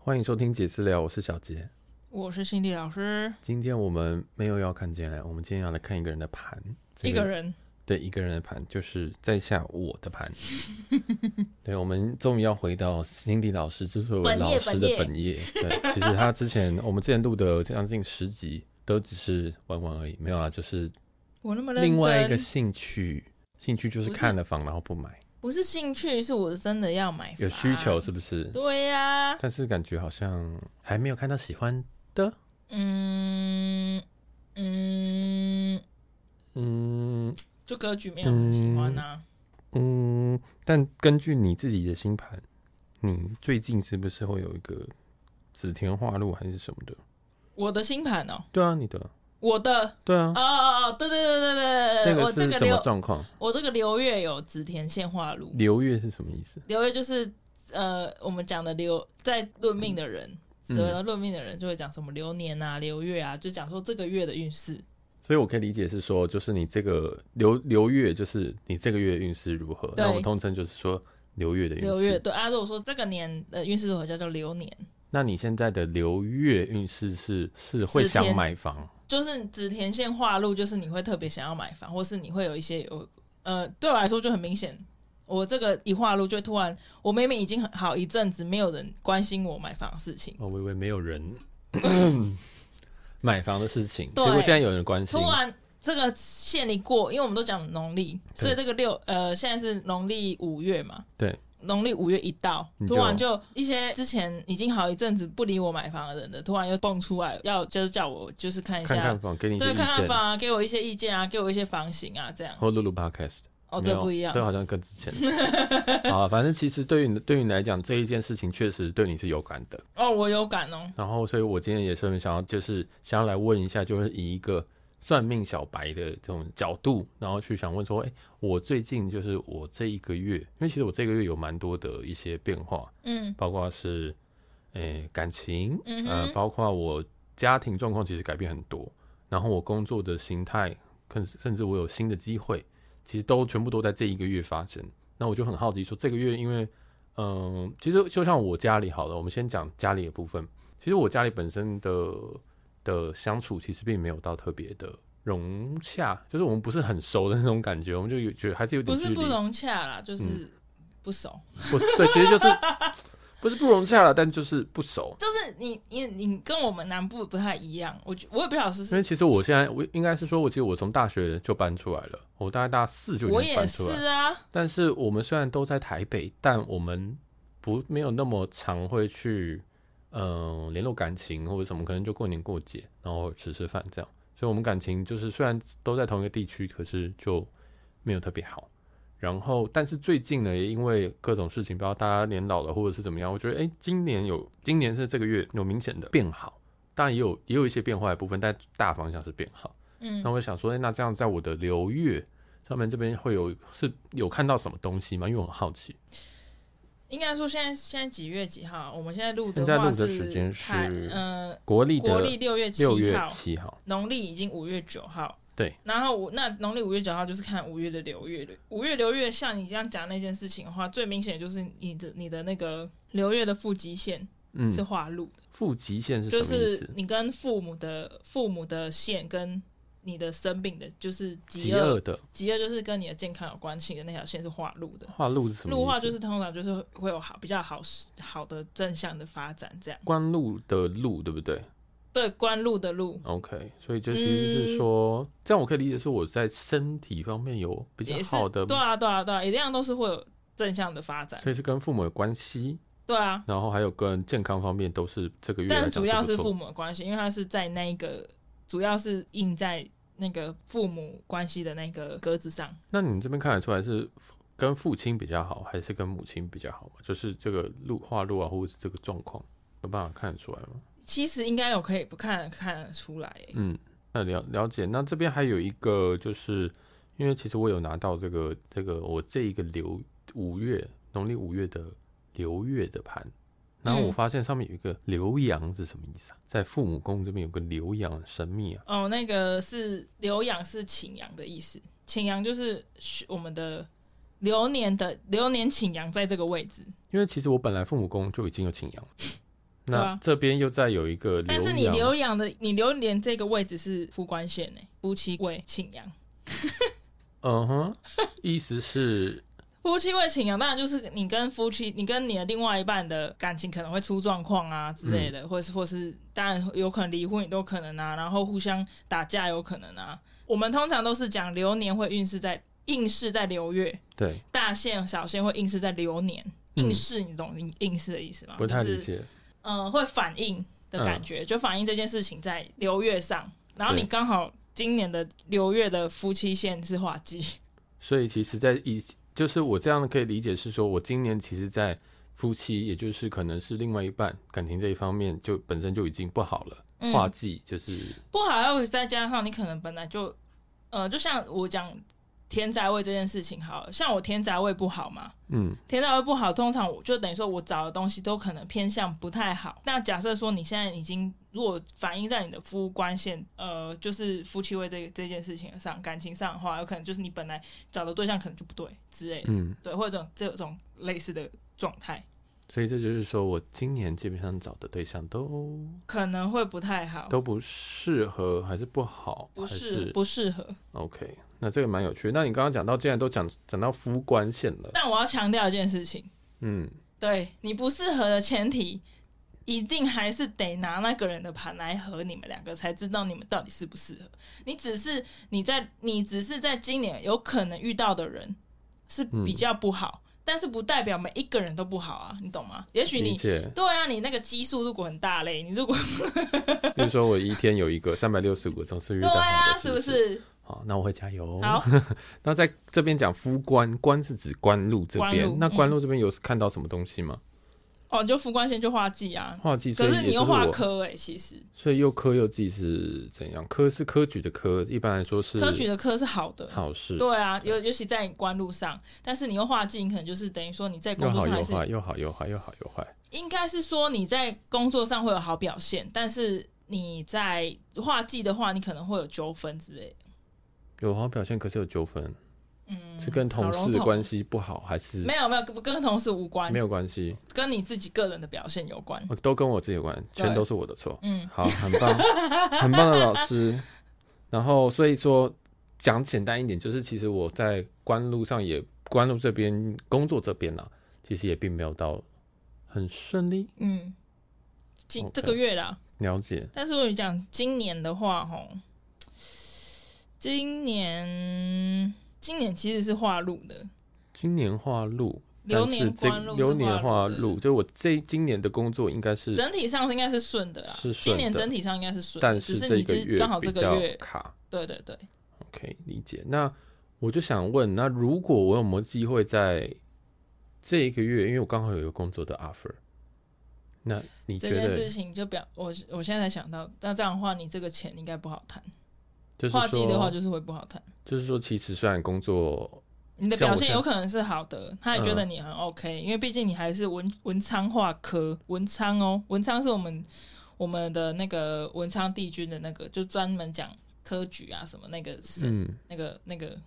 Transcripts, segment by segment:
欢迎收听解私聊，我是小杰。我是心理老师，今天我们没有要看剑来，我们今天要来看一个人的盘。这一个人对一个人的盘，就是在下我的盘。 对，我们终于要回到辛迪老师之所为本老业师的本本业。对，其实他之前我们之前录的将近十集都只是玩玩而已，没有啊，就是我那么认真，另外一个兴趣，兴趣就是不是看了房然后不买，不是兴趣，是啊我真的要买，有需求。是不是？对呀、但是感觉好像还没有看到喜欢的。嗯嗯，嗯，就格局没有很喜欢啊呐、嗯，但根据你自己的星盘，你最近是不是会有一个紫田化禄还是什么的？我的星盘哦，对啊，你的我的对啊哦，哦哦，对对对对对对这对，我个这是个什么流状况？我这个流月有紫田线化禄，流月是什么意思？流月就是呃我们讲的流在论命的人。嗯所谓的论命的人就会讲什么流年啊、流月啊，就讲说这个月的运势。所以我可以理解是说，就是你这个流流月，就是你这个月运势如何？那我们对通称就是说流月的运势。流月对啊，如果说这个年的运势组合叫做流年，那你现在的流月运势是是会紫想田买房？就是紫田线化禄，就是你会特别想要买房，或是你会有一些有呃，对我来说就很明显，我这个一化禄就突然，我明明已经很好一阵子没有人关心我买房的事情，哦，我以为没有 人买房的事情，结对果现在有人关心突。然这个线一过，因为我们都讲农历，对所以这个六呃现在是农历五月嘛，对，农历五月一到你，就突然就一些之前已经好一阵子不理我买房的人的，突然又蹦出来，要就是叫我就是看一下看看房，给你一些对，意看看见房啊，给我一些意见啊，给我一些房型啊，这样。或录录 podcast。哦，没这有不一样这。好像跟之前 啊，反正其实对于你对于你来讲，这一件事情确实对你是有感的。哦，我有感哦。然后，所以我今天也顺便想要就是想要来问一下，就是以一个算命小白的这种角度，然后去想问说，哎、我最近就是我这一个月，因为其实我这个月有蛮多的一些变化，嗯包括是诶、感情，嗯呃，哼，包括我家庭状况其实改变很多，然后我工作的形态，甚甚至我有新的机会，其实都全部都在这一个月发生。那我就很好奇说，这个月因为，嗯、其实就像我家里好了，我们先讲家里的部分。其实我家里本身的的相处其实并没有到特别的融洽，就是我们不是很熟的那种感觉，我们就有觉得还是有不点距是离。嗯不融洽啦，就是不熟。不是对，其实就是不是不融洽了，但就是不熟。就是你你你跟我们南部不太一样，我觉我也不晓得是因为其实我现在我应该是说，我其实我从大学就搬出来了，我大概大四就我已经也搬出是来。啊。但是我们虽然都在台北，但我们不没有那么常会去嗯、呃联络感情或者什么，可能就过年过节，然后吃吃饭这样。所以我们感情就是虽然都在同一个地区，可是就没有特别好。然后，但是最近呢，也因为各种事情，不知道大家年老了或者是怎么样，我觉得哎，今年有今年是这个月有明显的变好，当然也有也有一些变坏的部分，但大方向是变好。嗯那，我想说，哎、那这样在我的流月上面这边会有是有看到什么东西吗？因为我很好奇。应该说现在现在几月几号？我们现在录现在的录话的是时间是台呃国历国历的六月七六月号，七号，农历已经五月九号。对，然后我那农历五月九号就是看五月的流月了。五月流月，像你这样讲那件事情的话，最明显就是你的你的那个流月的腹肌线嗯，是化禄的，负极限是什就么意是思？你跟父母的父母的线跟你的生病的，就是极极恶恶的极恶就是跟你的健康有关系的那条线是化禄的。化禄是什么意思？禄化就是通常就是会有好比较好好的正向的发展，这样官禄的禄，对不对对官禄的禄？OK，所以就其实嗯是说，这样我可以理解是我在身体方面有比较也是好的，对啊对啊对啊，一样都是会有正向的发展，所以是跟父母有关系，对啊，然后还有跟健康方面都是这个月来但讲主要是是不错父母的关系，因为它是在那一个，主要是印在那个父母关系的那个格子上。那你们这边看得出来是跟父亲比较好，还是跟母亲比较好吗？就是这个路化路啊，或者是这个状况，有办法看得出来吗？其实应该有可以不看看得出来、欸嗯，那了了解。那这边还有一个，就是因为其实我有拿到这个这个我这一个流五月农历五月的流月的盘，然后我嗯发现上面有一个流阳是什么意思啊？在父母宫这边有个流阳，很神秘啊。哦，那个是流养是请养的意思，请养就是我们的流年的流年请养在这个位置，因为其实我本来父母宫就已经有请阳了，对那啊这边又再有一个但是浏你阳，留养的，你留连这个位置是夫官线呢、夫妻位请阳，嗯哼，意思是夫妻位请阳，当然就是你跟夫妻，你跟你的另外一半的感情可能会出状况啊之类嗯的，或是或是当然有可能离婚也都可能啊，然后互相打架有可能啊。我们通常都是讲流年会运势在应势在流月，对，大限小限会应势在流年，嗯应势你懂应应势的意思吗？不太啊就理是解，嗯呃，会反应的感觉，就反映这件事情在流月上，然后你对刚好今年的流月的夫妻线是化忌，所以其实，在以就是我这样可以理解是说，我今年其实，在夫妻，也就是可能是另外一半感情这一方面，就本身就已经不好了，嗯化忌就是不好，要再加上你可能本来就，呃，就像我讲天宅位这件事情好了，像我天宅位不好嘛，嗯天宅位不好，通常我就等于说我找的东西都可能偏向不太好。那假设说你现在已经如果反映在你的夫官线，呃，就是夫妻位这这件事情上，感情上的话，有可能就是你本来找的对象可能就不对之类的。嗯，对，或者这种这种类似的状态，所以这就是说我今年基本上找的对象都可能会不太好，都不适合，还是不好，不还适是不适合。 OK，那这个蛮有趣。那你刚刚讲到，既然都讲讲到夫官线了，但我要强调一件事情，嗯，对你不适合的前提，一定还是得拿那个人的盘来合你们两个，才知道你们到底适不适合。你只是你在你只是在今年有可能遇到的人是比较不好，嗯但是不代表每一个人都不好啊，你懂吗？也许理你。解。对啊，你那个基数如果很大嘞，你如果比如说我一天有一个三百六十五，总是遇对到好的，啊，嗯是是不不？是？好，那我会加油。哦好，那在这边讲夫官，官是指官路这官边路。那嗯官路这边有看到什么东西吗？哦，你就副官线就画技啊，化忌，所可以是也你就又是画我，科哎、其实所以又科又忌是怎样？科是科举的科，一般来说是科举的科是好的，好事，对啊，尤尤其在你官路上，但是你又画技，你可能就是等于说你在又工作好上还又是坏，又好又坏，又好又坏。应该是说你在工作上会有好表现，但是你在画技的话，你可能会有纠纷之类的。有好表现，可是有纠纷，嗯，是跟同好笼事的统关系不好，还是没有没有跟跟同事无关没，有关系？跟你自己个人的表现有关。呃都跟我自己有关，全对都是我的错。嗯，好，很棒，很棒的老师。然后所以说，讲简单一点，就是其实我在官路上也官路这边工作这边呢、其实也并没有到很顺利。嗯，今 OK 这个月啦，了解，但是我跟你讲，今年的话，吼，今年今年其实是化禄的，今年化路，流但是年这官禄是流年化化禄的路，就是我这今年的工作应该是，整体上应该是顺的啦。是顺的今年整体上应该是顺的，但只是这你个只刚好比这较个月，卡。对对对， OK，理解。那我就想问，那如果我有没有机会在这一个月，因为我刚好有一个工作的 offer，那你这觉件事得情就表我我现在才想到，那这样的话，你这个钱应该不好谈。就是画技说，的话，就是会不好谈。就是说，其实虽然工作你的像表我现现在嗯有可能是好的，他也觉得你很 OK，、因为毕竟你还是文文昌化科，文昌哦，文昌是我们我们的那个文昌帝君的那个，就专门讲科举啊什么那个神，嗯那个那个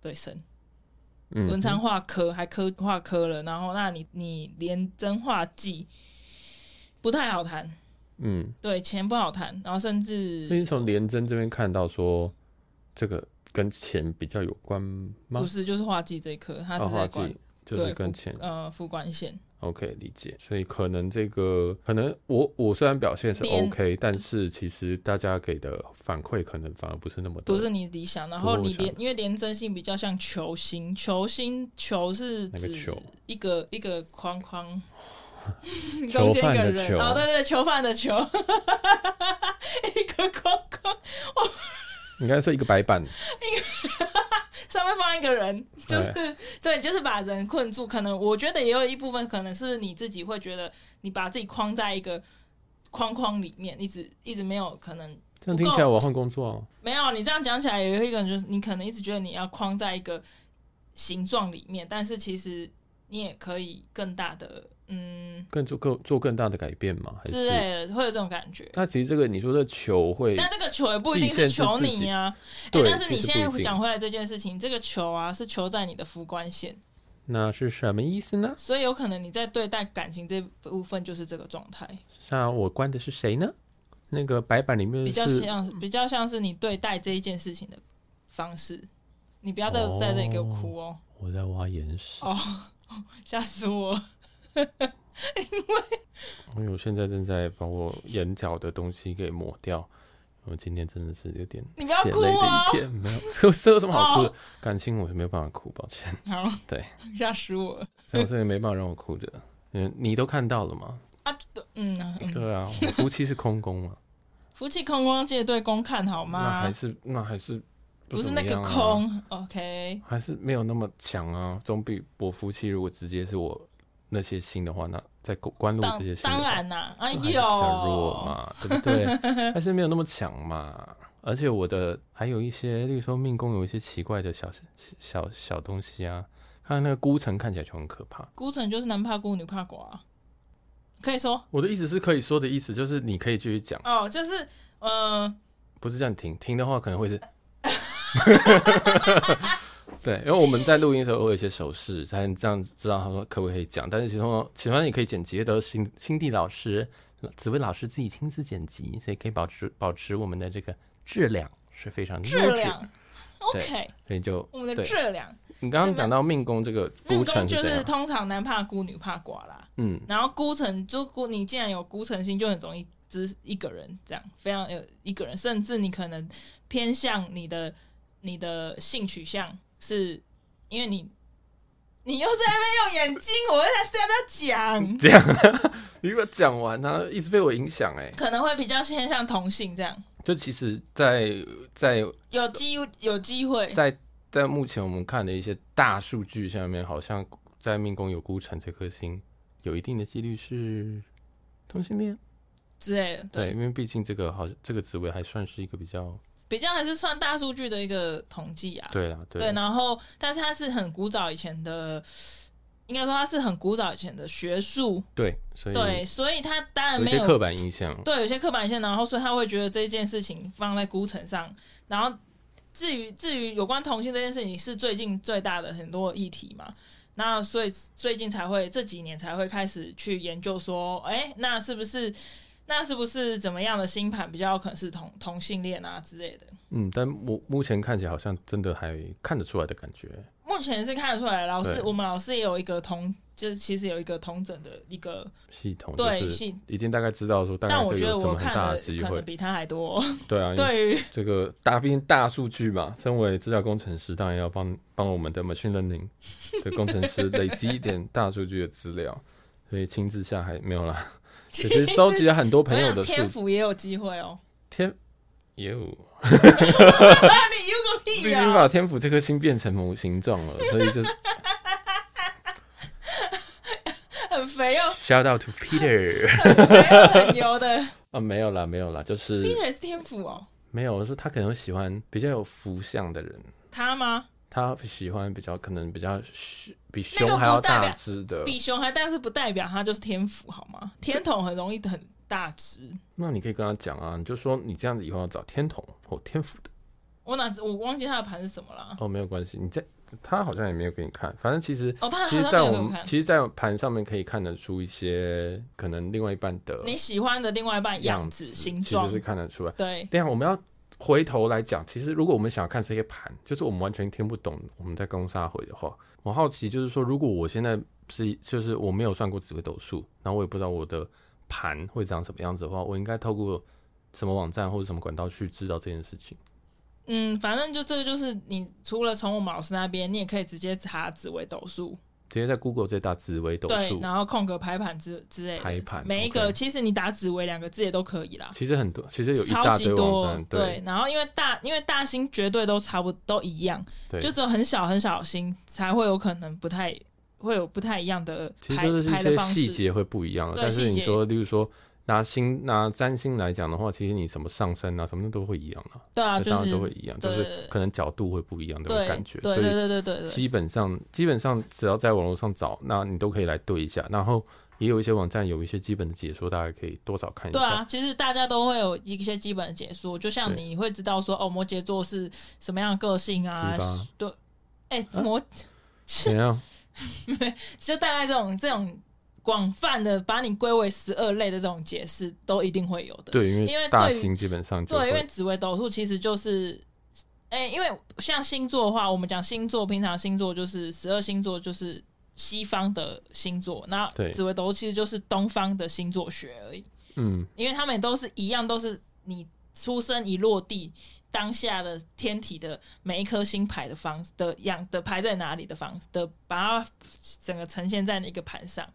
对神，嗯，文昌化科还科化科了，然后那你你连真化技不太好谈，嗯，对钱不好谈，然后甚所以至从廉贞这边看到说，这个跟钱比较有关吗不？是就是化技这一科，它啊是在化管、忌就是对跟副钱呃副官线， OK 理解，所以可能这个可能我我虽然表现是廉 OK，但是其实大家给的反馈可能反而不是那么多，不是你理想，然不是后我你想连因为连真性比较像球星，球星球是那个指球一个一个框 框，囚中间犯一个的人球哦，对对，囚犯的球， 一个框框应该说一个白板。上面放一个人，就是对对，就是把人困住。可能我觉得也有一部分可能是你自己会觉得你把自己框在一个框框里面，一直一直没有可能这样听起来我要换工作、哦，没有。啊你这样讲起来，有一个人就是你可能一直觉得你要框在一个形状里面，但是其实你也可以更大的嗯更做更做更大的改变嘛？还之是？类的，会有这种感觉。那其实这个你说的球会，但这个球也不一定是求你呀、啊，哎、对但是你其实现不一在定讲回来这件事情，这个球啊是球在你的副官线，那是什么意思呢？所以有可能你在对待感情这部分就是这个状态，那我关的是谁呢？那个白板里面比较是像是比较像是你对待这一件事情的方式。你不要再哦在这里给我哭哦，我在挖眼屎，哦，吓死我了！因为我哎现在正在把我眼角的东西给抹掉。我今天真的是有点你不要血哭泪的哦一天，没有， 有是有什么好哭的？感情我也没有办法哭，抱歉， 好，对，吓死我了这种事情没办法让我哭的。嗯，你都看到了吗？啊！对嗯嗯，对啊，我夫妻是空宫嘛，夫妻空光借对公看好那吗还？是那还是不是那怎个么样啊空，OK？还是没有那么强啊，总比我夫妻如果直接是我那些新的话，那在关关路当这些新的当话，然啦，哎那还呦，是比较弱嘛，对不对？ 但是没有那么强嘛。而且我的还有一些，例如说命宫有一些奇怪的小小小东西啊，看那个孤城看起来就很可怕。孤城就是男怕孤，女怕寡啊、可以说我的意思是可以说的意思，就是你可以继续讲，哦，就是嗯、不是这样停停的话可能会是。对，因为我们在录音的时候，我有一些手势，才能这样知道他说可不可以讲。但是其中，其中也可以剪辑，都是新新地老师、呃紫薇老师自己亲自剪辑，所以可以保持保持我们的这个质量是非常质优质量，OK，所以就我们的对质量。你刚刚这边讲到命宫这个孤命宫城嗯就是怎是样？通常男怕孤，女怕寡啦。嗯，然后孤城就孤，你既然有孤城心，就很容易只一个人这样，非常有一个人，甚至你可能偏向你的你的性取向是，因为你你又在那边用眼睛，我又在在那边讲，这样你给我讲完啊，一直被我影响哎、可能会比较偏向同性这样，就其实在，在有机有机会，在在目前我们看的一些大数据下面，好像在命宫有孤城这颗星，有一定的几率是同性恋。之类的，对，因为毕竟这个好，这个职位还算是一个比较比较还是算大数据的一个统计啊。对啦，对对，啦然后但是它是很古早以前的，应该说它是很古早以前的学术，对，所以对，所以它当然有一没些有刻板印象。对有些刻板印象，然后所以他会觉得这件事情放在孤城上，然后至于至于有关同性这件事情是最近最大的很多议题嘛。那所以最近才会这几年才会开始去研究说，哎、那是不是那是不是怎么样的星盘比较可能是同同性恋啊之类的？嗯，但我目前看起来好像真的还看得出来的感觉。目前是看得出来，老师对我们老师也有一个同，就是其实有一个同诊的一个系统哦就对是性，已经大概知道说大概但我会觉得有什我么很看大的的机可会能，比他还多、哦。对啊，因为 对于这个大毕竟大数据嘛，身为资料工程师，当然要帮帮我们的 machine learning 的工程师累积一点大数据的资料， 所以亲自下海没有 啦，只是收集了很多朋友我的想数天哎府也有机会 哦。天，有，那你有个你已经屁啊呀、把天府这颗星变成某形状了， 所以就是很肥又 shout out to Peter 肥又很油的。啊，没有啦，没有啦，就是 Peter 是天府哦，没有，我说他可能喜欢比较有福相的人，他吗？他喜欢比较可能比较凶比那个熊还不要代大表只的，比熊还，但是不代表他就是天府好吗？天童很容易很大只。那你可以跟他讲啊，你就说你这样子以后要找天童或天府的我哪知我忘记他的盘是什么啦？哦，没有关系，你在他好像也没有给你看，反正其实哦， 他好其实，像在没有我给我们看。其实，在盘上面可以看得出一些可能另外一半的你喜欢的另外一半样子、形其实状是，看得出来。对，等一下啊我们要回头来讲，其实如果我们想要看这些盘，就是我们完全听不懂我们在攻杀回的话，我好奇就是说，如果我现在是就是我没有算过紫微斗数，然后我也不知道我的盘会长什么样子的话，我应该透过什么网站或者什么管道去知道这件事情？嗯，反正就这个就是你除了从我们老师那边，你也可以直接查紫微斗数，直接在 Google 这打紫微斗对，数，然后空格排盘之之类的排盘每一个 OK 其实你打紫微两个字也都可以啦，其实很多，其实有一超大级堆网多站，，对。然后因为大因为大星绝对都差不都一样，对，就只有很小很小的星才会有可能不太会有不太一样的其实排就是一排的些方细式。节会不一样了。对但是细你节说，例如说拿星拿占星来讲的话，其实你什么上升啊，什么的都会一样啊，对啊，就当然是都会一样，就对是可能角度会不一样的对感觉，对所对以对对对对，基本上基本上只要在网络上找，那你都可以来对一下，然后。也有一些网站有一些基本的解说，大家可以多少看一下。对啊，其实大家都会有一些基本的解说，就像对你会知道说哦，摩羯座是什么样的个性啊是吧，对，哎、摩、 怎样？就大概这种这种广泛的把你归为十二类的这种解释，都一定会有的。对，因因为为大对于型基本上就对，因为会紫微斗数其实就是，哎、因为像星座的话，我们讲星座，平常星座就是十二星座就是西方的星座，那对紫微斗数其实就是东方的星座学而已，嗯，因为他们都是一样，都是你出生一落地当下的天体的每一颗星排的方的样的排在哪里的方的，把它整个呈现在那个盘上。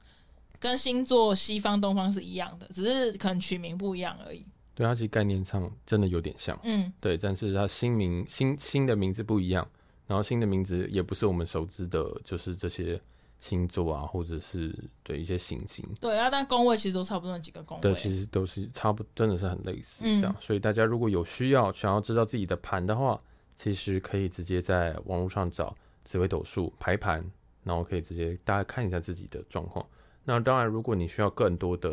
跟星座西方、东方是一样的，只是可能取名不一样而已。对，它其实概念上真的有点像，嗯，对，但是它新名新新的名字不一样，然后新的名字也不是我们熟知的，就是这些星座啊，或者是对一些行星，对啊，但宫位其实都差不多那几个宫对，位。其实都是差不，真的是很类似这样。嗯所以大家如果有需要想要知道自己的盘的话，其实可以直接在网络上找紫微斗数排盘，然后可以直接大家看一下自己的状况。那当然，如果你需要更多的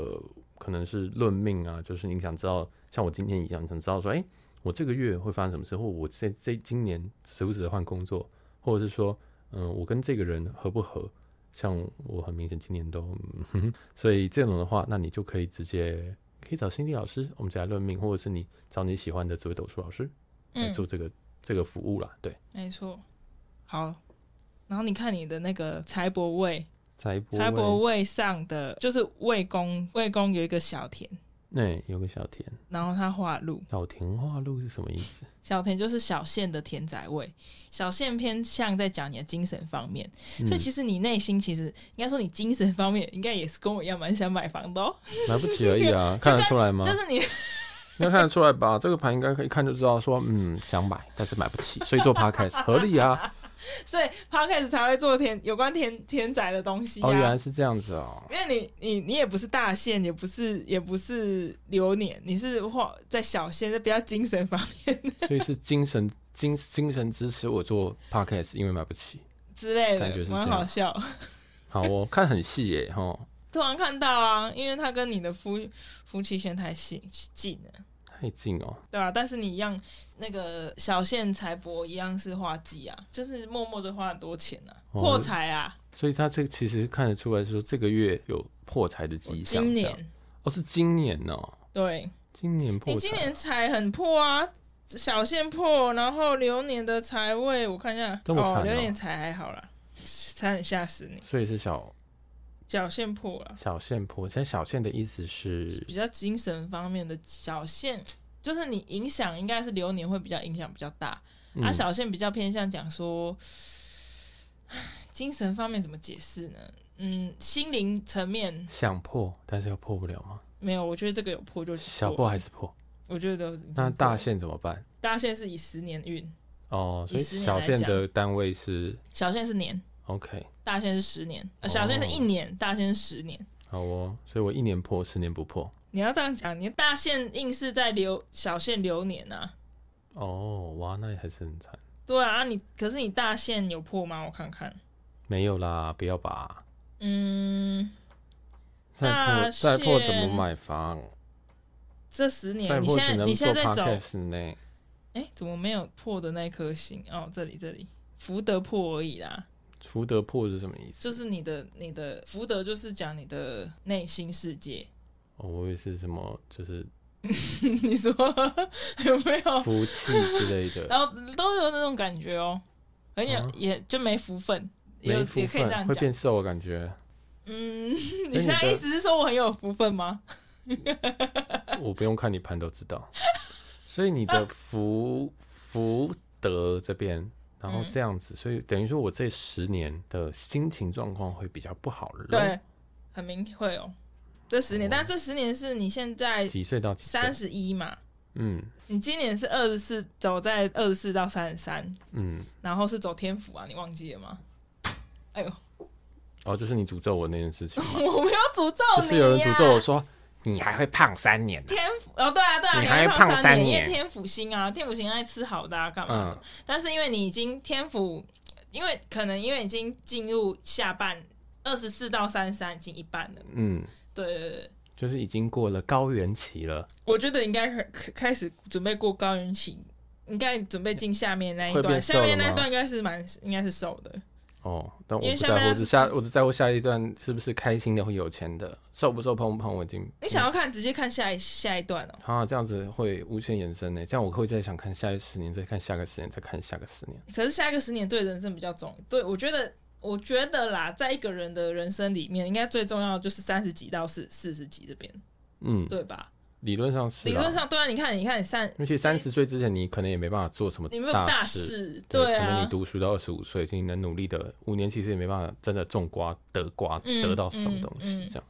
可能是论命啊，就是你想知道，像我今天一样，你想知道说，哎、我这个月会发生什么事，或我这这今年时不时地换工作，或者是说，嗯、我跟这个人合不合？像我很明显今年都，嗯 哼哼所以这种的话，那你就可以直接可以找心理老师，我们直接来论命，或者是你找你喜欢的紫微斗数老师来嗯，做这个、这个服务啦。对，没错。好，然后你看你的那个财帛位，财帛财帛位，位上的就是魏公，魏公有一个小田，那、哎有个小田，然后他画路，小田化禄是什么意思？小田就是小县的田宅位，小县偏向在讲你的精神方面，嗯 所以其实你内心其实应该说你精神方面应该也是跟我一样蛮想买房的哦，来不及而已啊，看得出来吗？就是你 应该看得出来吧？这个盘应该可以看就知道说，嗯，想买，但是买不起，所以做 podcast 合理 啊。所以 podcast 才会做田有关田田宅的东西、啊、哦，原来是这样子哦。因为你你你也不是大限，也不是也不是流年，你是或在小限，在比较精神方面所以是精神精精神支持我做 podcast，因为买不起。之类感觉的是，这样蛮好笑。好哦，我看很细耶哦哈，突然看到啊，因为他跟你的夫夫妻线太近近了，太近哦。对吧、但是你一样那个小限财帛一样是画技啊，就是默默的花很多钱啊，哦破财啊，所以他这其实看得出来说，这个月有破财的迹象。今这样年哦，是今年哦，对今年破你财。哎今年财很破啊。小限破，然后流年的财位，我看一下，这么惨哦流年财还好啦，差点吓死你。所以是小脚线破了，小线破。现在小线的意思是比较精神方面的小线，就是你影响应该是流年会比较影响比较大，嗯啊，小线比较偏向讲说 唉精神方面怎么解释呢？嗯，心灵层面想破，但是又破不了吗？没有，我觉得这个有破就是小破破还是破？我觉得都是已经那破大了线怎么办？大线是以十年运，哦，所以以十年小线来讲的单位是小线是年， OK。大线是十年，呃哦小线是一年，大线是十年。好哦，所以我一年破，十年不破。你要这样讲，你大线硬是在流小线流年啊，哦，哇，那也还是很惨。对啊，啊你可是你大线有破吗？我看看。没有啦，不要吧。嗯，再破大再破怎么线买房？这十再年你破现只在能你做现在在走， podcast 呢。哎、怎么没有破的那颗星？哦，这里这里，福德破而已啦。福德破是什么意思？就是你的你的福德，就是讲你的内心世界。 哦，我以为是什么，就是你说有没有？福气之类 的，然后都有那种感觉哦，而且啊也就没福分，也有没福也可以这分样会讲。变瘦，我感觉嗯，你的现在意思是说我很有福分吗？我不用看你盘都知道。 所以你的福福德这边，然后嗯这样子，所以等于说我这十年的心情状况会比较不好了。，对，很明会哦。这十年，啊哦但这十年是你现在几岁到几岁？三十一嘛，嗯你今年是二十四，走在二十四到三十三，嗯，然后是走天府啊，你忘记了吗？哎呦，哦，就是你诅咒我那件事情嘛，我没有诅咒就你、呀！是有人诅咒啊我说你还会胖三年呢。天府哦，对啊，对啊，你你还胖胖三年，因为年天府星啊，天府星爱吃好的啊，干嘛什嗯么？，但是因为你已经天府，因为可能因为已经进入下半二十四到三十三，已经一半了。嗯，对对对，就是已经过了高原期了，我觉得应该开开始准备过高原期，应该准备进下面那一会变段，瘦了下面那一吗段应该是蛮应该是瘦的。哦，但我因为不下在面乎，我那只是下我只在乎下一段是不是开心的或有钱的，受不受碰不碰我已经你想要看直接看下一下一段哦，啊，这样子会无限延伸呢。这样我会再想看下一十年，再看下个十年，再看下个十年。可是下一个十年对人生比较重，对我觉得。我觉得啦，在一个人的人生里面，应该最重要的就是三十几到四四十几这边，嗯，对吧？理论上是理啦论，上，对啊，你看，你看，你三，因为其实三十岁之前你可能也没办法做什么你没有大大事，事，可能啊你，读书到二十五岁，其实你能努力的五年，其实也没办法真的种瓜得瓜嗯得到什么嗯东西嗯这样。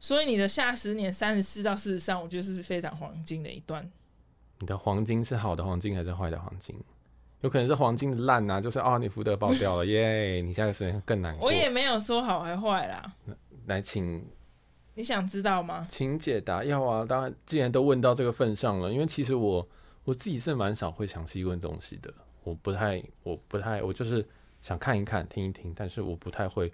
所以你的下十年三十四到四十三，我觉得是非常黄金的一段。你的黄金是好的黄金还是坏的黄金？有可能是黄金的烂啊，就是哦，你福德爆掉 了，耶！你下个时间更难过。我也没有说好还坏啦，来，请你想知道吗？请解答。要啊，当然，既然都问到这个份上了，因为其实我我自己是蛮少会详细问东西的，我不太，我不太，我就是想看一看、听一听，但是我不太会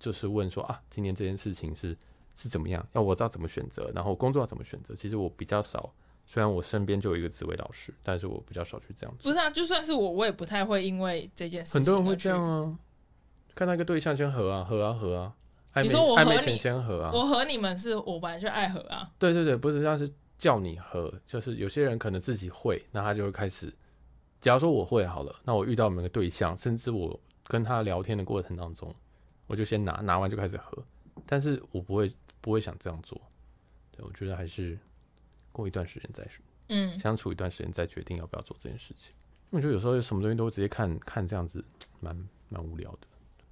就是问说啊，今天这件事情是是怎么样，要我知道怎么选择，然后工作要怎么选择。其实我比较少，虽然我身边就有一个紫薇老师，但是我比较少去这样做不。是啊，就算是我，我也不太会因为这件事情。很多人会这样，啊，看到一个对象先合啊，合啊，合啊，暧你昧说我暧合昧你前先合啊，我和你们是我本来就爱和啊，对对对，不是，他是叫你合，就是有些人可能自己会，那他就会开始。假如说我会好了，那我遇到某个对象，甚至我跟他聊天的过程当中，我就先拿，拿完就开始合，但是我不会不会想这样做。对，我觉得还是过一段时间再说。嗯，相处一段时间再决定要不要做这件事情。因为我觉得有时候什么东西都直接看看这样子，蛮蛮无聊的。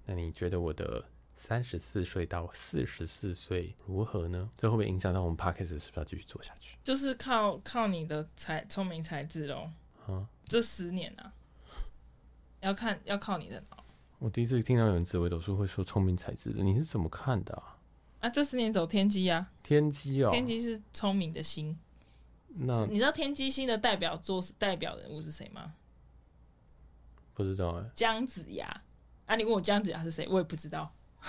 那你觉得我的三十四岁到四十四岁如何呢？这会不会影响到我们 p a c k a g e 是不是要继续做下去？就是靠靠你的才聪明才智咯。啊，这十年啊，要看要靠你的脑我第一次听到有人紫微斗数会说聪明才智的，你是怎么看的啊？啊。这十年走天机啊，天机哦，天机是聪明的心。那你知道天机星的代表作是代表人物是谁吗？不知道哎、姜子牙啊！你问我姜子牙是谁，我也不知道。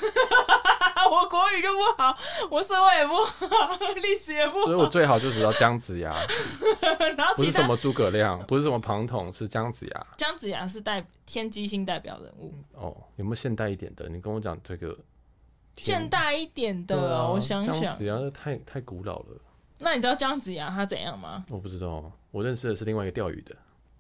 我国语就不好，我社会也不好，历史也不所以好我，最好就知道姜子 牙，然后不其是什他么诸葛亮， 不是什么庞统，是姜子牙。姜子牙是代天机星代表人物，哦，有没有现代一点的？你跟我讲这个天现代一点的对哦、啊我想姜想子。牙那太太古老了，那你知道姜子牙他怎样吗？我不知道。我认识的是另外一个钓鱼的，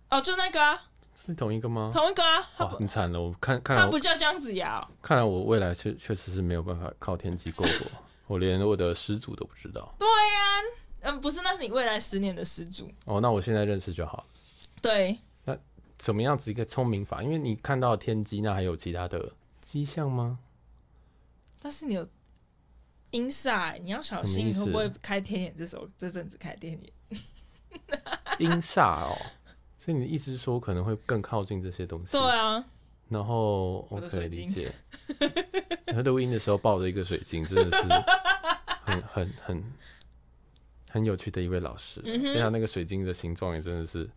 哦，就那个啊，是同一个吗？同一个啊，他哇，不很惨了！我看哦看他来不我叫姜子牙、哦，看来我未来确确实是没有办法靠天机过活，我连我的始祖都不知道。嗯，不是，那是你未来十年的始祖。哦，那我现在认识就好了。对，怎么样子一个聪明法？因为你看到天机，那还有其他的迹象 吗？但是你有阴煞欸，你要小什么心，意你思会不会开天眼？这时候这阵子开天眼。阴煞哦，所以你的意思是说我可能会更靠近这些东西？对啊，然后我我的可以水理晶解。然后录音的时候抱着一个水晶，真的是很很很很有趣的一位老师。嗯哼对啊，那个水晶的形状也真的是，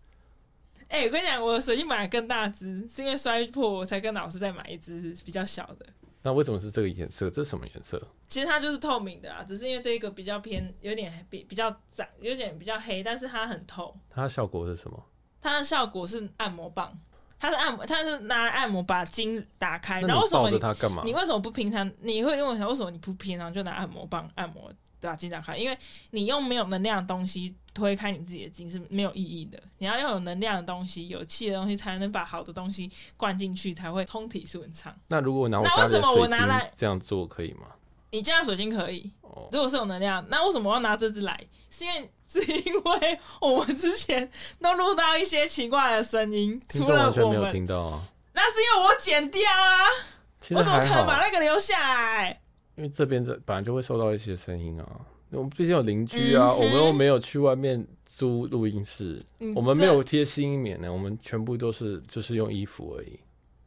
哎、我跟你讲，我的水晶本来更大只，是因为摔破，我才跟老师再买一只比较小的。那为什么是这个颜色？这是什么颜色？其实它就是透明的啊，只是因为这个比较偏，有点比比较窄，有点比较黑，但是它很透。它的效果是什么？它的效果是按摩棒，它是按摩，它是拿来按摩把筋打开。那然后哎为你什么抱你着它干嘛？你为什么不平常？你会因为想为什么你不平常就拿按摩棒按摩把筋打开？因为你用没有能量的东西推开你自己的筋是没有意义的。你要用有能量的东西、有气的东西，才能把好的东西灌进去，才会通体顺畅。那如果我拿我那家为里的什么我水拿来晶这样做可以吗？你这样水晶可以，哦，如果是有能量，那为什么我要拿这支来？是因为是因为我们之前都录到一些奇怪的声音，听除众了完全我没有们，听到啊。那是因为我剪掉啊，其实我怎么还可能把好，啊那个留下来？因为这边这本来就会受到一些声音啊。我们毕竟有邻居啊，嗯哼嗯我们又没有去外面租录音室，你我们这没有贴新音棉呢，我们全部都是就是用衣服而已，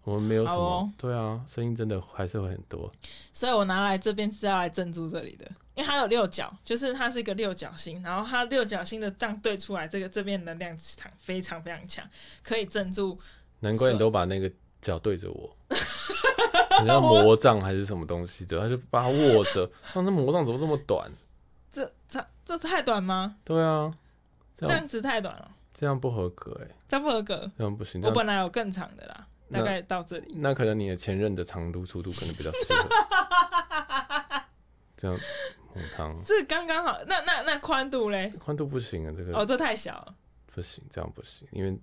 我们没有什么。好哦对啊，声音真的还是会很多。所以我拿来这边是要来镇住这里的，因为它有六角，就是它是一个六角星，然后它六角星的这样对出来，这个这边能量场非常非常强，可以镇住。难怪你是都把那个脚对着我，你像魔杖还是什么东西的，他就把它握着。他那魔杖怎么这么短？这这这太短吗？对啊，这这样样子太短了，这样不合格哎、这不合格。这样不行。这我样本来有更长的啦，大那概到这里。那可能你的前任的长度速度可能比较适合，这样母汤这刚刚好，那那那宽度嘞？宽度不行啊，这个哦，这太小了。不行，这样不行，因为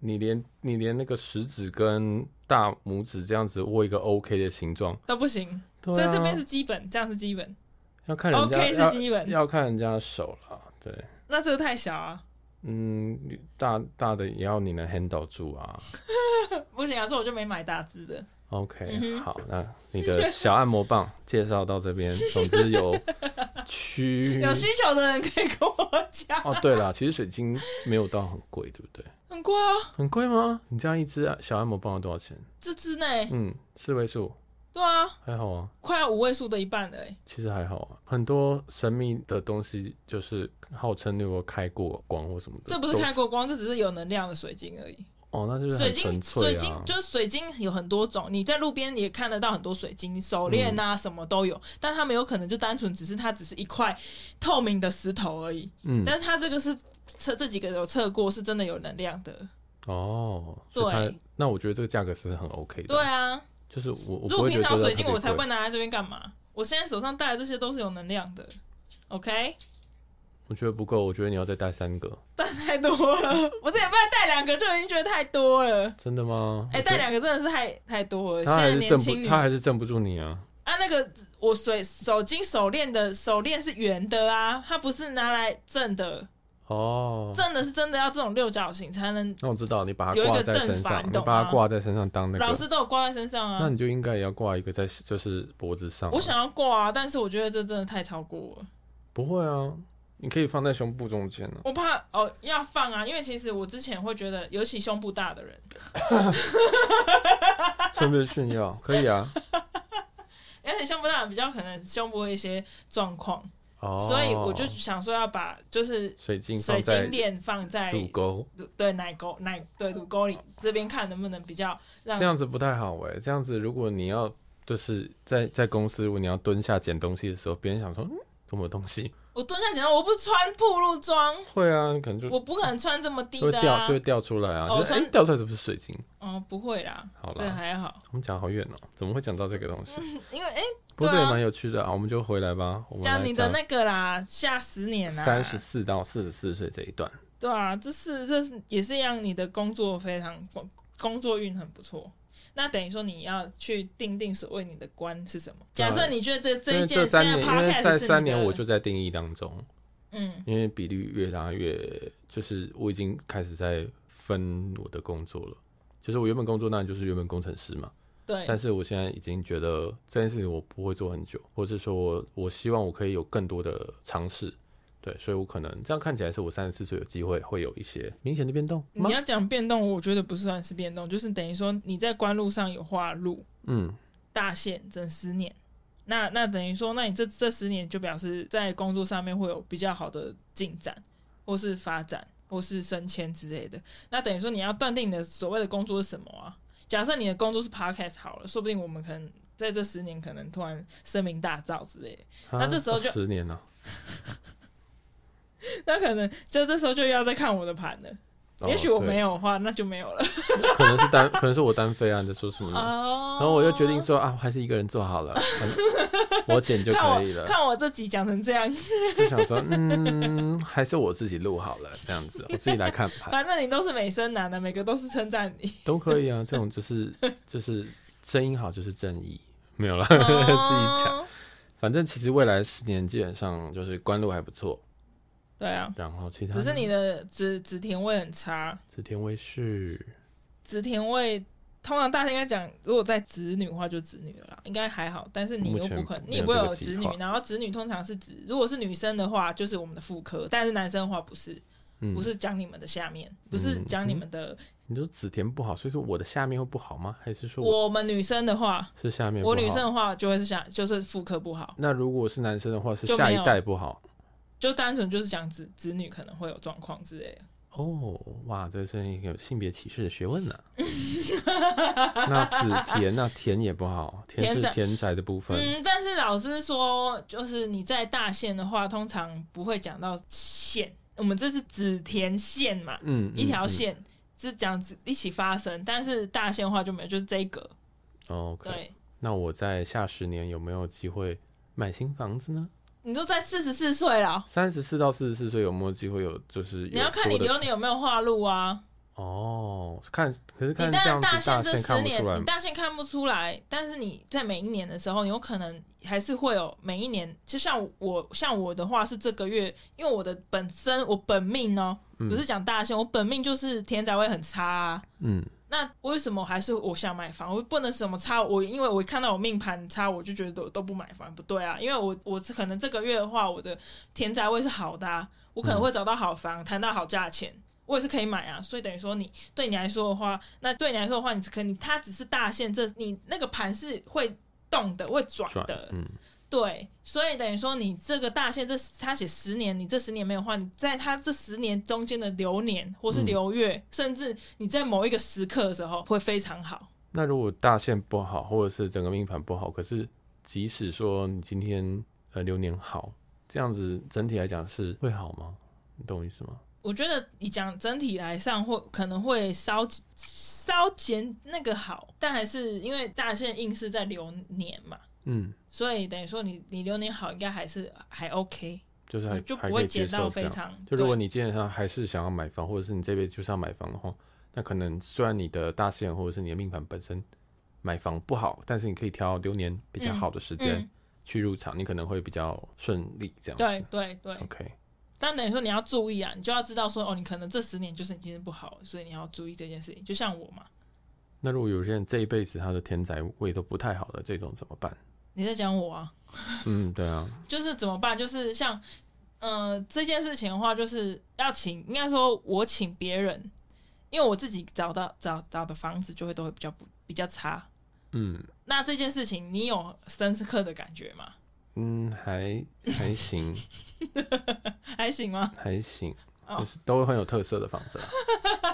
你连你连那个食指跟大拇指这样子握一个 OK 的形状，都不行，对所以这啊边是基本，这样是基本要看人家，OK 是基要本。要看人家的手啦，对，那这个太小啊，嗯，大大的也要你能 handle 住啊。不行啊，所以我就没买大只的。 OK，、嗯哼好，那你的小按摩棒介绍到这边，总之 有区有需求的人可以跟我讲，哦，对啦，其实水晶没有到很贵，对不对？很贵啊，很贵吗？你这样一支小按摩棒要多少钱？这只呢？嗯，四位数，对啊，还好啊，快要五位数的一半了欸、其实还好啊。很多神秘的东西就是号称如果开过光或什么的，这不是都开过光，这只是有能量的水晶而已。哦，那就是水很晶，纯水粹晶啊。就是水晶有很多种，你在路边也看得到很多水晶手链嗯啊，什么都有。但它们有可能就单纯只是它只是一块透明的石头而已。嗯，但是它这个是测这几个有测过，是真的有能量的。哦，所以对它，那我觉得这个价格是很 OK 的。对啊，就是我我如不果会觉得这平常个水晶特别我才贵不会拿来这边干嘛。我现在手上戴的这些都是有能量的，OK？ 我觉得不够，我觉得你要再带三个。但太多了，我这也不然带两个就已经觉得太多了。真的吗？哎、我觉带得两个真的是太太多了。现他还在是年镇轻不，女他还是镇不住你啊。啊，那个我水手巾手链的手链是圆的啊，它不是拿来正的，哦，正的是真的要这种六角形才能，那我知道，你把它有一挂个在正身反上，你懂把吗它挂在身上当那老个，师都有挂在身上那啊。你就应该也要挂一个在就是脖子上啊。我想要挂啊，但是我觉得这真的太超过了，不会啊，你可以放在胸部中间啊呢。我怕哦要放啊，因为其实我之前会觉得，尤其胸部大的人，顺便炫耀，可以 啊。而且胸部大的人比较可能胸部会有一些状况，哦，所以我就想说要把就是水晶水放晶在链放在乳沟，对奶沟奶对乳沟里这边看能不能比较让这样子不太好哎。这样子，如果你要就是在在公司，如果你要蹲下捡东西的时候，别人想说，嗯，什么东西？ 我蹲下捡到，我不穿铺路装，会啊，你可能就我不可能穿这么低就会的掉啊就。会掉出来啊，哦就是哎穿掉出来是不是水晶？哦，不会啦，好这啦，还好， 我们讲好远哦，怎么会讲到这个东西？因为哎，不过对这啊也蛮有趣的啊，我们就回来吧。我们讲、来你的那个啦，下十年啦，三十四到四十四岁这一段，对啊，这是这是也是让你的工作非常工工作运很不错。那等于说你要去定定所谓你的关是什么？对假啊设你觉得这因这为这一件现三在年，因为 podcast 在是你三年的我就在定义当中，嗯因为比率越拉越，就是我已经开始在分我的工作了。就是我原本工作，那就是原本工程师嘛。对但是我现在已经觉得这件事情我不会做很久，或是说我我希望我可以有更多的尝试，对，所以我可能这样看起来是我三十四岁有机会会有一些明显的变动吗你？要讲变动，我觉得不算是变动，就是等于说你在官路上有画路，嗯，大限整十年，那那等于说，那你这这十年就表示在工作上面会有比较好的进展，或是发展，或是升迁之类的。那等于说你要断定你的所谓的工作是什么啊？假设你的工作是 podcast 好了，说不定我们可能在这十年可能突然声名大噪之类的，那啊这时候就十年了，那可能就这时候就要再看我的盘了。哦也许我没对有的话，那就没有了。可能是单，可 能是我单飞啊，你在说什么呢？哦然后我就决定说啊，还是一个人做好了，反正 我剪就看可以我了。看我这集讲成这样，就想说，嗯，还是我自己录好了，这样子，我自己来看盘反正你都是美声男的，每个都是称赞 你。都可以啊。这种就是就是声音好就是正义，没有啦，自自己哦讲。。反正其实未来十年基本上就是官路还不错，对啊，然后其他只是你的紫紫甜味很差，紫田卫视紫甜味通常大家应该讲，如果在子女的话就子女了啦，应该还好。但是你目又前不可能，没有你也不会这个有计子女划，然后子女通常是指，如果是女生的话就是我们的妇科，但是男生的话不是，嗯，不是讲你们的下面，不是讲你们的，你说紫田不好，所以说我的下面会不好吗？还是说我我们女生的话，是下面不好？我女生的话就会是下就是妇科不好，那如果是男生的话，是就下没一有代不好就单纯就是讲子子女可能会有状况之类的。哦。哇，这是一个性别歧视的学问呢、 那紫田，那田也不好，田田是宅田宅的部分。嗯，但是老师说，就是你在大县的话，通常不会讲到县，我们这是紫田县嘛，嗯，嗯一条嗯线。是这样子一起发生，但是大线化就没有，就是这一个。 OK，对，那我在下十年有没有机会买新房子呢？你都在四十四岁了，三十四到四十四岁有没有机会有就是有你要看你多的流年有没有化路啊。哦，看可是你看这当样然子大大限这看十不年出，来你，大限看不出来，但是你在每一年的时候，你有可能还是会有每一年，就像我像我的话是这个月，因为我的本身我本命哦，嗯不是讲大限，我本命就是天灾会很差、啊。嗯那为什么还是我想买房？我不能什么差我，因为我看到我命盘差，我就觉得都都不买房，不对啊！因为我我可能这个月的话，我的田宅位是好的、啊，我可能会找到好房，谈到好价钱，我也是可以买啊。所以等于说你，对你来说的话，那对你来说的话，你是可你它只是大限，这你那个盘是会动的，会转转的，嗯对，所以等于说你这个大限，这他写十年，你这十年没有换，你在他这十年中间的流年或是嗯流月，甚至你在某一个时刻的时候会非常好。那如果大限不好，或者是整个命盘不好，可是即使说你今天呃流年好，这样子整体来讲是会好吗？你懂我意思吗？我觉得你讲整体来上会可能会稍稍减那个好，但还是因为大限硬是在流年嘛，嗯，所以等于说你你流年好应该还是还 OK，就是还嗯就还可不会以接减到受这非样。常。就如果对你基本上还是想要买房，或者是你这辈子就是要买房的话，那可能虽然你的大限或者是你的命盘本身买房不好，但是你可以挑流年比较嗯好的时间嗯，去入场，你可能会比较顺利这样子。对对对， OK，但等于说你要注意啊，你就要知道说哦，你可能这十年就是已经不好了，所以你要注意这件事情。就像我嘛，那如果有些人这一辈子他的天宅位都不太好的，这种怎么办？你在讲我啊，嗯，对啊，就是怎么办？就是像，呃，这件事情的话，就是要请，应该说我请别人，因为我自己找到找找的房子就会都会比较不比较差。嗯那这件事情你有深刻的感觉吗？嗯，还还行还行吗？还行， 哦就是都很有特色的房子啊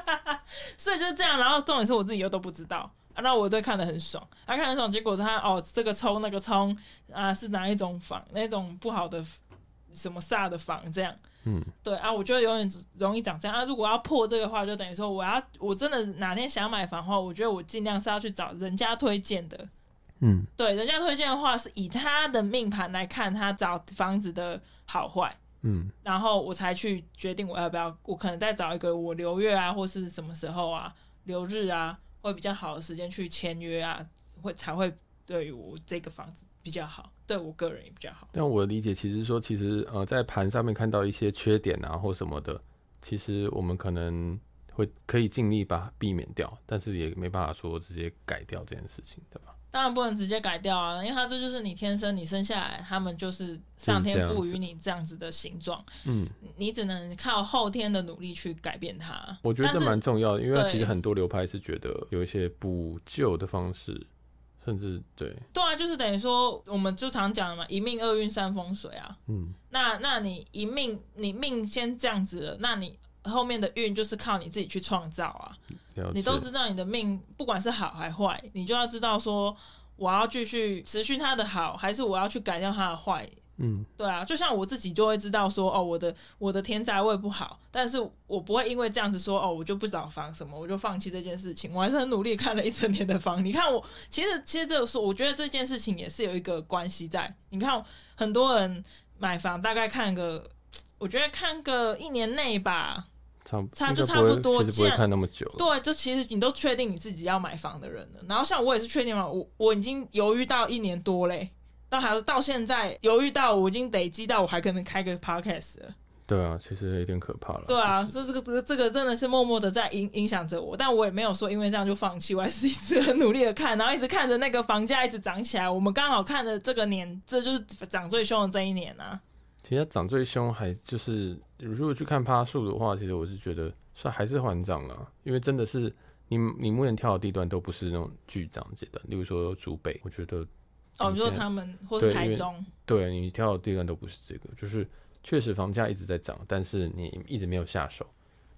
啦。所以就是这样，然后重点是我自己又都不知道，啊、那我对看得很爽，啊，看得很爽，结果他哦，这个冲那个冲啊，是哪一种房，那种不好的什么煞的房这样，嗯，对啊，我觉得永远容易长这样。啊，如果要破这个话，就等于说我要我真的哪天想买房的话，我觉得我尽量是要去找人家推荐的，嗯对，人家推荐的话是以他的命盘来看他找房子的好坏。嗯然后我才去决定我要不要，我可能再找一个我留月啊，或是什么时候啊，留日啊，会比较好的时间去签约啊，会才会对于我这个房子比较好，对我个人也比较好。但我的理解其实说，其实呃，在盘上面看到一些缺点啊或什么的，其实我们可能会可以尽力把它避免掉，但是也没办法说直接改掉这件事情，对吧？当然不能直接改掉啊，因为它这就是你天生你生下来，他们就是上天赋予你这样子的形状，嗯，你只能靠后天的努力去改变它。我觉得这但是蛮重要的，因为对其实很多流派是觉得有一些补救的方式，甚至对，对啊，就是等于说，我们就常讲的嘛，一命二运三风水啊。嗯那那你一命，你命先这样子了，那你后面的运就是靠你自己去创造啊。了解你都知道你的命，不管是好还坏，你就要知道说，我要继续持续它的好，还是我要去改掉它的坏。嗯对啊，就像我自己就会知道说，哦，我的我的天灾位不好，但是我不会因为这样子说，哦，我就不找房什么，我就放弃这件事情。我还是很努力看了一整年的房。你看我，其实其实这个说，我觉得这件事情也是有一个关系在。你看很多人买房大概看个，我觉得看个一年内吧，差差应就该差不会不多其实不会这样看那么久了，对，就其实你都确定你自己要买房的人了。然后像我也是确定嘛，我我已经犹豫到一年多嘞，到还到现在犹豫到我已经累积到我还可能开个 podcast 了。对啊，其实有点可怕了，对啊，其实这这个这个这个真的是默默的在影影响着我，但我也没有说因为这样就放弃，我还是一直很努力的看，然后一直看着那个房价一直涨起来。我们刚好看的这个年，这就是涨最凶的这一年啊。其实它涨最凶还就是，如果去看趴数的话，其实我是觉得算还是缓涨了，因为真的是你你目前跳的地段都不是那种巨涨阶段，例如说竹北，我觉得哦，嗯你说现在他们或是对因台为中，对你跳的地段都不是这个，就是确实房价一直在涨，但是你一直没有下手，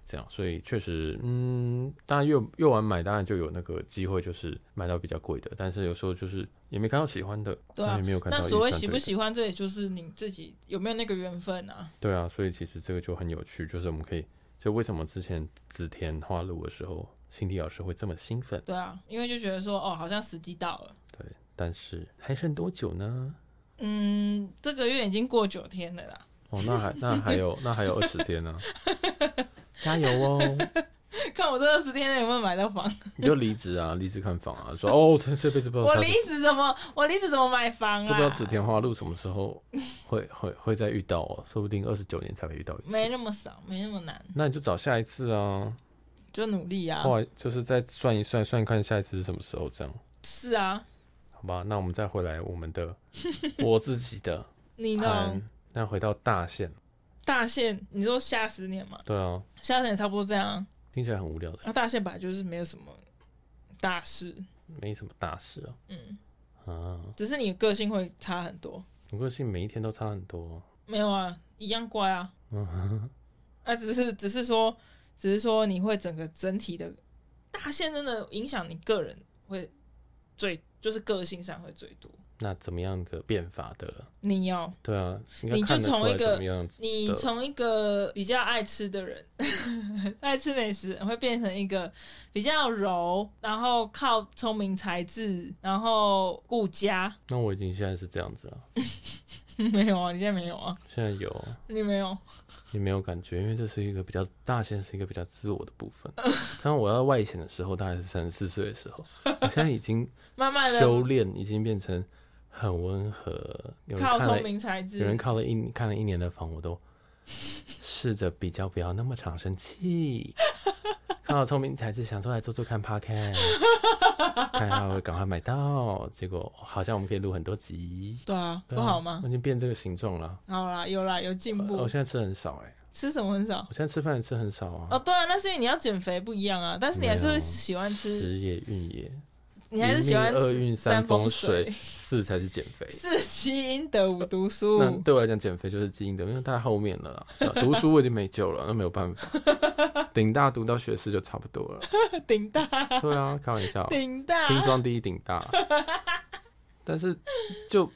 这样，所以确实，嗯，当然越越晚买，当然就有那个机会，就是买到比较贵的，但是有时候就是也没看到喜欢的，对啊那也没有看到那预所谓算喜对不的喜欢，这也就是你自己有没有那个缘分啊。对啊，所以其实这个就很有趣，就是我们可以就为什么之前紫田花路的时候，辛迪老师会这么兴奋？对啊，因为就觉得说哦，好像时机到了。对，但是还剩多久呢？嗯，这个月已经过九天了啦， 哦，那还那还有那还有二十天呢、加油哦！看我这二十天内有没有买到房。你就离职啊，离职看房啊，说哦，这这辈子不知道我下离职怎么？我离职怎么买房啊？不知道紫田花路什么时候会会会再遇到哦，说不定二十九年才会遇到一没次。那么少，没那么难，那你就找下一次啊，就努力啊。后来就是再算一算，算看下一次是什么时候，这样是啊，好吧？那我们再回来我们的 我自己的你呢盘？，那回到大限，大限，你说下十年嘛，对啊，下十年差不多这样啊。听起来很无聊的，那大限本来就是没有什么大事，没什么大事啊。嗯，啊，只是你个性会差很多。我个性每一天都差很多。没有啊，一样乖啊。嗯哼，啊，只是只是说，只是说你会整个整体的大限真的影响你个人会最，就是个性上会最多。那怎么样个变法的？你要对啊，应该你就看得出从来一个怎么样子你的从一个比较爱吃的人， 爱吃美食，会变成一个比较柔，然后靠聪明才智，然后顾家。 那我已经现在是这样子了，没有啊，你现在没有啊，现在有。你没有。你没有感觉，因为这是一个比较大限，是一个比较自我的部 分。当我要外显的时候，大概是三十四岁的时候，我现在已经慢慢的修炼，已经变成很温和。有人靠看聪了，明才有人智，靠了一看了一年的房，我都试着比较不要那么常生 气。看到聪明才智，想说来做做看 podcast，看下会赶快买到。结果好像我们可以录很多集，对啊，对不啊好吗我？已经变这个形状了。好啦，有啦，有进呃我步。现在吃很少哎、吃什么很少？我现在吃饭也吃很少啊。哦，对啊，那是因为你要减肥不一样啊，但是你还是没有会喜欢吃，时也运也，你还是喜欢一命二运吃三风。风水，，四才是减肥四积阴德五读那书。对我来讲，减肥就是基因的，因为太后面了啦。对吧读书我已经没救了，那没有办法，顶大读到学士就差不多了。顶大，对啊，开玩笑，顶大，新庄第一顶 大。但是就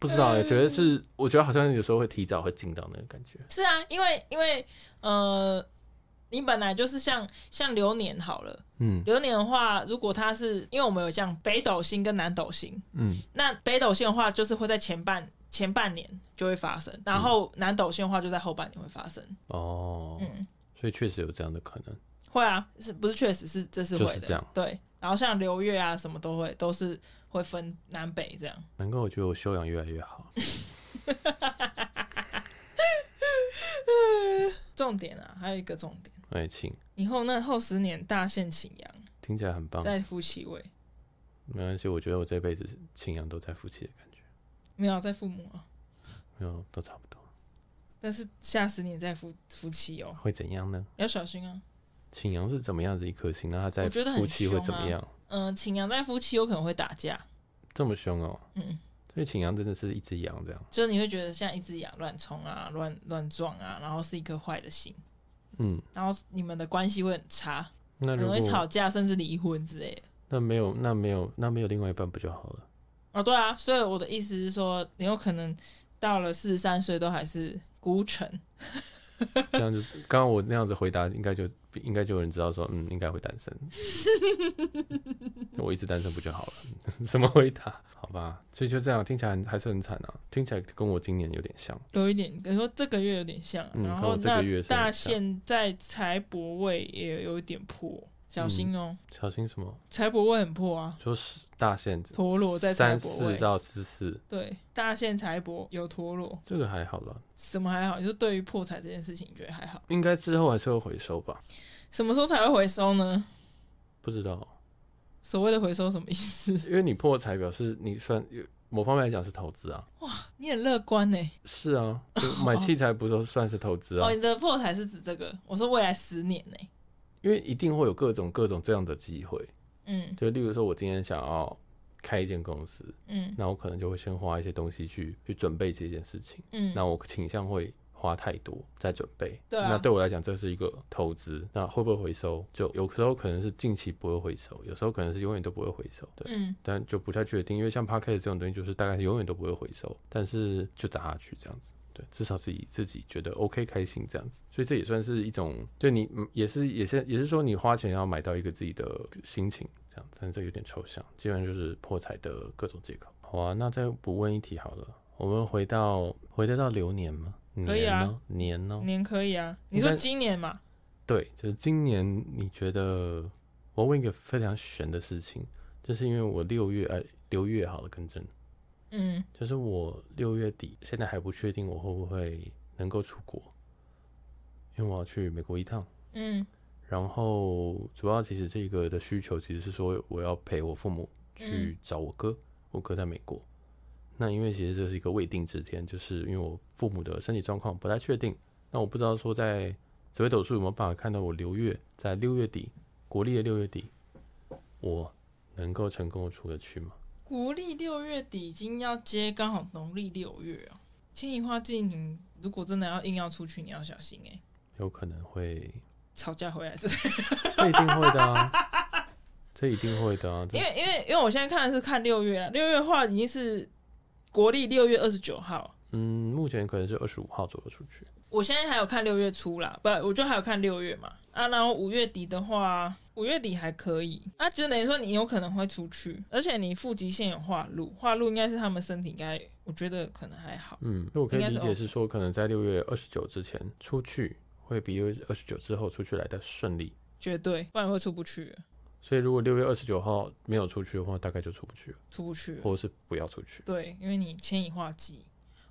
不知道欸，觉得是，我觉得好像有时候会提早会进到那个感觉。是啊，因为因为呃，你本来就是像像流年好了，嗯流年的话，如果它是因为我们有像北斗星跟南斗星，嗯，那北斗星的话就是会在前半前半年就会发生，然后南斗星的话就在后半年会发生。哦，嗯，所以确实有这样的可能。会啊，是不是确实是这是会的，就是这样对。然后像流月啊什么都会都是会分南北这样， 难怪我觉得我修养越来越好。重点啊还有一个重点，爱情以后那后十年大限请阳，哎听起来很棒，在夫妻位，没关系，我觉得我这辈子情阳都在夫妻的感觉，没有在父母啊。没有都差不多。但是下十年再夫夫妻哦，会怎样呢？要小心啊。秦阳是怎么样的一颗星？那他在我觉得很夫妻会怎么样？嗯、请养在夫妻有可能会打架，这么凶哦、嗯，所以秦阳真的是一只羊这样。就是你会觉得像一只羊乱冲啊、乱乱撞啊，然后是一颗坏的心，嗯，然后你们的关系会很差，那可如能会吵果架，甚至离婚之类的。那没有那没有那没有另外一半不就好了？哦，对啊，所以我的意思是说，你有可能到了四十三岁都还是孤城，这样就是刚刚我那样子回答，应该就应该就有人知道说，嗯，应该会单身。 我一直单身不就好了？ 什么回答？好吧，所以就这样，听起来很还是很惨啊，听起来跟我今年有点像。有一点，你说这个月有点像，嗯然跟后我这个那月是很大像限在财帛位也有一点破，小嗯心哦，小心什么？财帛位很破啊，说是大限制，陀螺在三财帛四位，到十四，对，大限财帛有陀螺，这个还好了，什么还好？你说对于破财这件事情，你觉得还好？应该之后还是会回收吧？什么时候才会回收呢？不知道，所谓的回收什么意思？因为你破财表示你算有某方面来讲是投资啊， 你很乐观欸呢、是 啊，就买器材不都算是投资啊哦，？你的破财是指这个？我说未来十年欸呢、因为一定会有各种各种这样的机会，嗯就例如说我今天想要开一间公司，嗯那我可能就会先花一些东西去去准备这件事情，嗯，那我倾向会。花太多在准备，对啊那对我来讲这是一个投资。那会不会回收？就有时候可能是近期不会回收，有时候可能是永远都不会回收。对，嗯，但就不太确定，因为像 p a c k e t 这种东西，就是大概永远都不会回收，但是就砸下去这样子。对，至少自己自己觉得 OK 开心这样子，所以这也算是一种对你嗯也是也是也是说你花钱要买到一个自己的心情这样，但是这有点抽象，基本上就是破财的各种借口。好啊，那再补问一题好了，我们回到回得到流年吗？可以啊年呢，年呢？年可以啊，你你说看今年嘛，对，就是今年你觉得我问一个非常悬的事情，就是因为我六月哎六月好了，更正，嗯，就是我六月底现在还不确定我会不会能够出国，因为我要去美国一趟。嗯然后主要其实这个的需求其实是说我要陪我父母去找我哥，我哥在美国。那因为其实这是一个未定之天，就是因为我父母的身体状况不太确定，那我不知道说在紫微斗数有没有办法看到我六月在六月底国历的六月底，我能够成功地出得去吗？国历六月底已经要接，刚好农历六月哦。建议花季，你如果真的要硬要出去，你要小心哎、有可能会，吵架回来这， 这一定会的啊， 这一定会的啊，因为因为因为我现在看的是看六月啊，六月的话已经是国历六月二十九号，嗯，目前可能是二十五号左右出去。我现在还有看六月初啦，不，我就还有看六月嘛啊，然后五月底的话，五月底还可以啊，就等于说你有可能会出去，而且你腹肌线有化路，化路应该是他们身体应该，我觉得可能还好，嗯，那我可以应该理是解 OK 是说，可能在六月二十九之前出去，会比六月二十九之后出去来的顺利。绝对，不然会出不去了，所以如果六月二十九号没有出去的话，大概就出不去了，出不去了或者是不要出去。对，因为你牵引画技，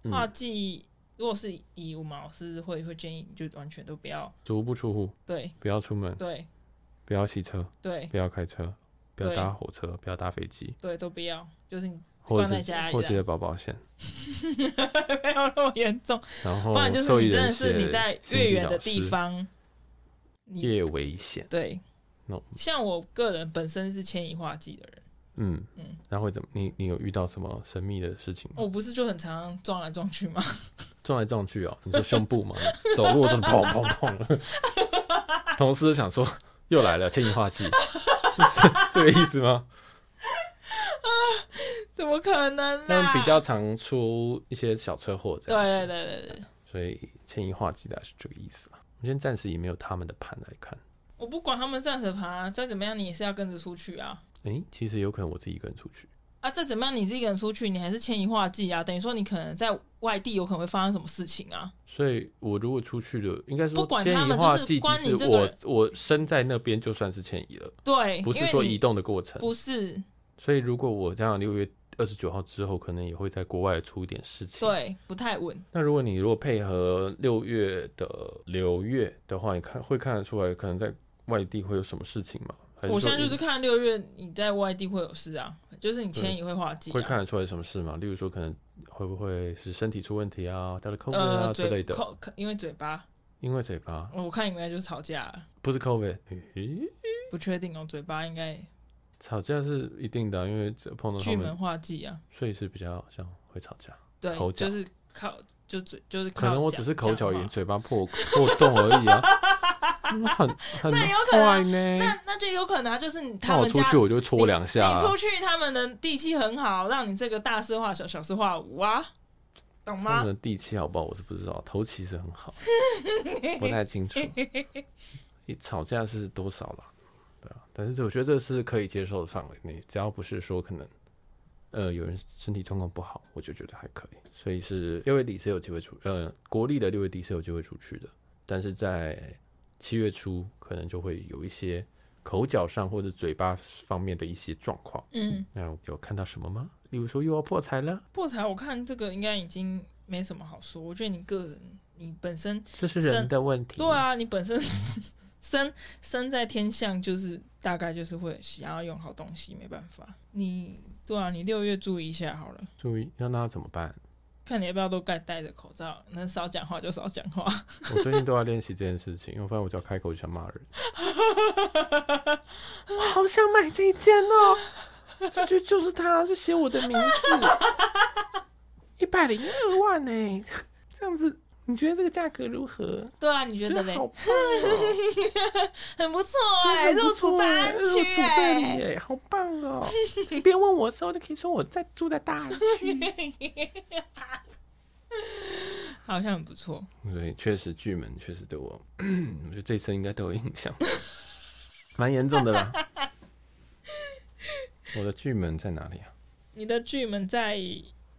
嗯画技如果是以我们老师会会建议你就完全都不要，足不出户，对不要出门，对不要骑车，对不要开车，不要对搭火车，不要搭飞机，对都不要，就是你或者关在是家里或啦记得保保险， 没有那么严重，然后不然就是哦受益你真的人是你写在心越理远老的地师方，你越危险。对 No，像我个人本身是牵引画技的人，嗯嗯哦然后会怎么？你你有遇到什么神秘的事情吗？我不是就很常撞来撞去吗？ 撞来撞去哦，你说胸部嘛， 走路真的砰砰砰。同事就想说，又来了牵引化剂， 是这个意思吗？怎么可能啊他们啦？比较常出一些小车祸这对样子，对对对对，所以牵引化剂大概是这个意思吧。我们先暂时也没有他们的盘来看，我不管他们暂时爬、再怎么样你也是要跟着出去啊。诶、其实有可能我自己一个人出去，啊，再怎么样，你自己一个人出去，你还是牵一画技啊。等于说，你可能在外地有可能会发生什么事情啊？所以我如果出去了，应该不说管牵他引们化就是剂，关其你实这个我人我身在那边就算是迁移了，对，不因是为说你移动的过程，不是所以如果我这样六月二十九号之后，可能也会在国外出一点事情。。对，不太稳。那如果你如果配合六月的流月的话，你看会看得出来，可能在外地会有什么事情吗？还我说现在就你是看六月你在外地会有事啊，就是你对牵一会画技、啊，会看得出来什么事吗？例如说，可能会不会是身体出问题啊，得了 COVID 啊、呃之类嘴的，口，因为嘴巴，因为嘴巴我看应该就是吵架了，不是 COVID，嘿嘿不确定哦，嘴巴应该吵架是一定的啊、因为这碰到他巨门们，画技啊，所以是比较像会吵架。对口，角就是靠就嘴就是靠可能我讲只是口角讲话炎，嘴巴破破洞而已啊， 嗯 很很那有可能啊坏呢。那那就有可能啊，就是你那他我们出家去我就搓两下啊、你出去，他们的地气很好，让你这个大事化小，小事化无啊，他懂们吗？的地气好不好，我是不知道，头其实很 好，不太清楚。你吵架是多少啦？对啊，但是这我觉得这是可以接受的范围内，只要不是说可能，呃，有人身体状况不好，我就觉得还可以。所以是六月底是有机会出，呃，国历的六月底是有机会出去的，但是在七月初可能就会有一些口角上或者嘴巴方面的一些状况。嗯，那有看到什么吗？例如说又要破财了，破财，我看这个应该已经没什么好说。我觉得你个人，你本身这是人生的问题。对啊，你本身 生生在天象，就是大概就是会想要用好东西，没办法。你对啊，你六月注意一下好了，注意，那那怎么办？看你要不要都盖戴着口罩，能少讲话就少讲话。 我最近都在练习这件事情，因为我发现我只要开口就想骂人。我好想买这一件哦，这就就是它，就写我的名字，一百零二万呢。这样子，你觉得这个价格如何？对啊，你觉觉得得嘞好？棒哦！很不错哎、真的很入不主错大哎安入区住这哎、里哎，好棒哦！别人问我的时候，就可以说我在住在大安区。好像很不错。所以确实巨门确实对我， 我觉得这一生应该对我影响 蛮严重的啦。我的巨门在哪里啊？你的巨门在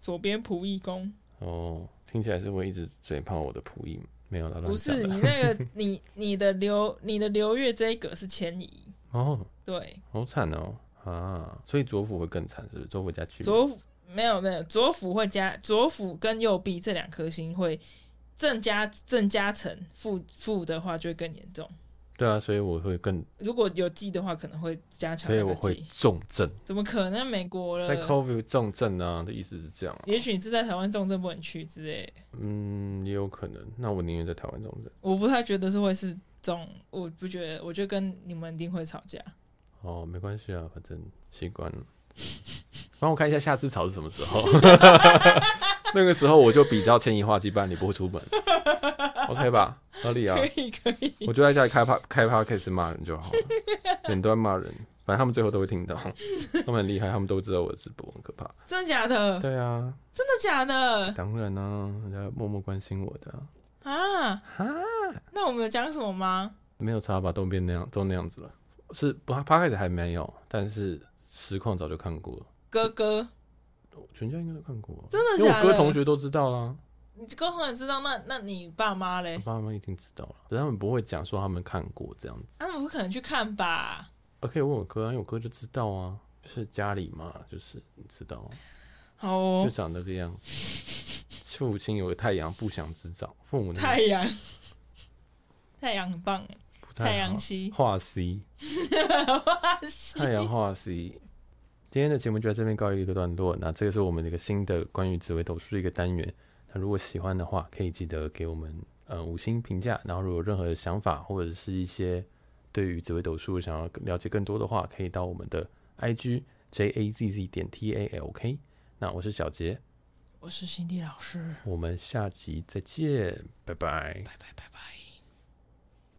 左边仆役宫，哦，听起来是我一直嘴炮我的仆役，没有了，乱不讲是的你那个你你的流你的流月这一格是迁移，哦，对，好惨哦啊！所以左辅会更惨，是不是？左辅加巨门左辅没有没有左辅会加左辅跟右臂这两颗星会正加正加成负负的话就会更严重，对啊，所以我会更，如果有记的话可能会加强所以那我个呃会记，重症，怎么可能美国在了？ COVID 重症啊的意思是这样啊、也许你是在台湾重症不能去之类的，嗯，也有可能。那我宁愿在台湾重症。我不太觉得是会是重，我不觉得，我就跟你们一定会吵架。哦，没关系啊，反正习惯了。 帮我看一下下次吵是什么时候？ 那个时候我就比较迁移化羁绊，你不会出门 ，OK 吧？合理啊 可，以可以，我就在家里开趴开趴开始骂人就好了，远端骂人，反正他们最后都会听到，他们很厉害，他们都知道我的直播很可怕。真的假的？真对啊，的假的当然啊，人家默默关心我的啊、啊？那我们有讲什么吗？没有差吧？都变那样，都那样子了。是不？趴开始还没有，但是实况早就看过了，哥哥，全家应该都看过。啊真因的为假我的？哥同，学都知道啦，你哥同学知道？那那你爸妈我嘞？爸妈一定知道了，只是他们不会讲说他们看过这样子。他啊们不可能去看吧？呃，可以问我哥啊，因为我哥就知道啊，就是家里嘛，就是你知道啊，好就哦，长那个样子。父亲有个太阳不祥之兆，父母那个太阳， 太阳很棒哎，不太太好阳。系。 化 C，太阳化 C。今天的节目就在这边告一个段落。那这个是我们的一个新的关于紫微斗数的一个单元。那如果喜欢的话，可以记得给我们呃五星评价。然后如果有任何的想法或者是一些对于紫微斗数想要了解更多的话，可以到我们的 IG J A Z Z 点 T A L K。那我是小杰，我是心地老师，我们下集再见，拜拜。拜拜拜拜。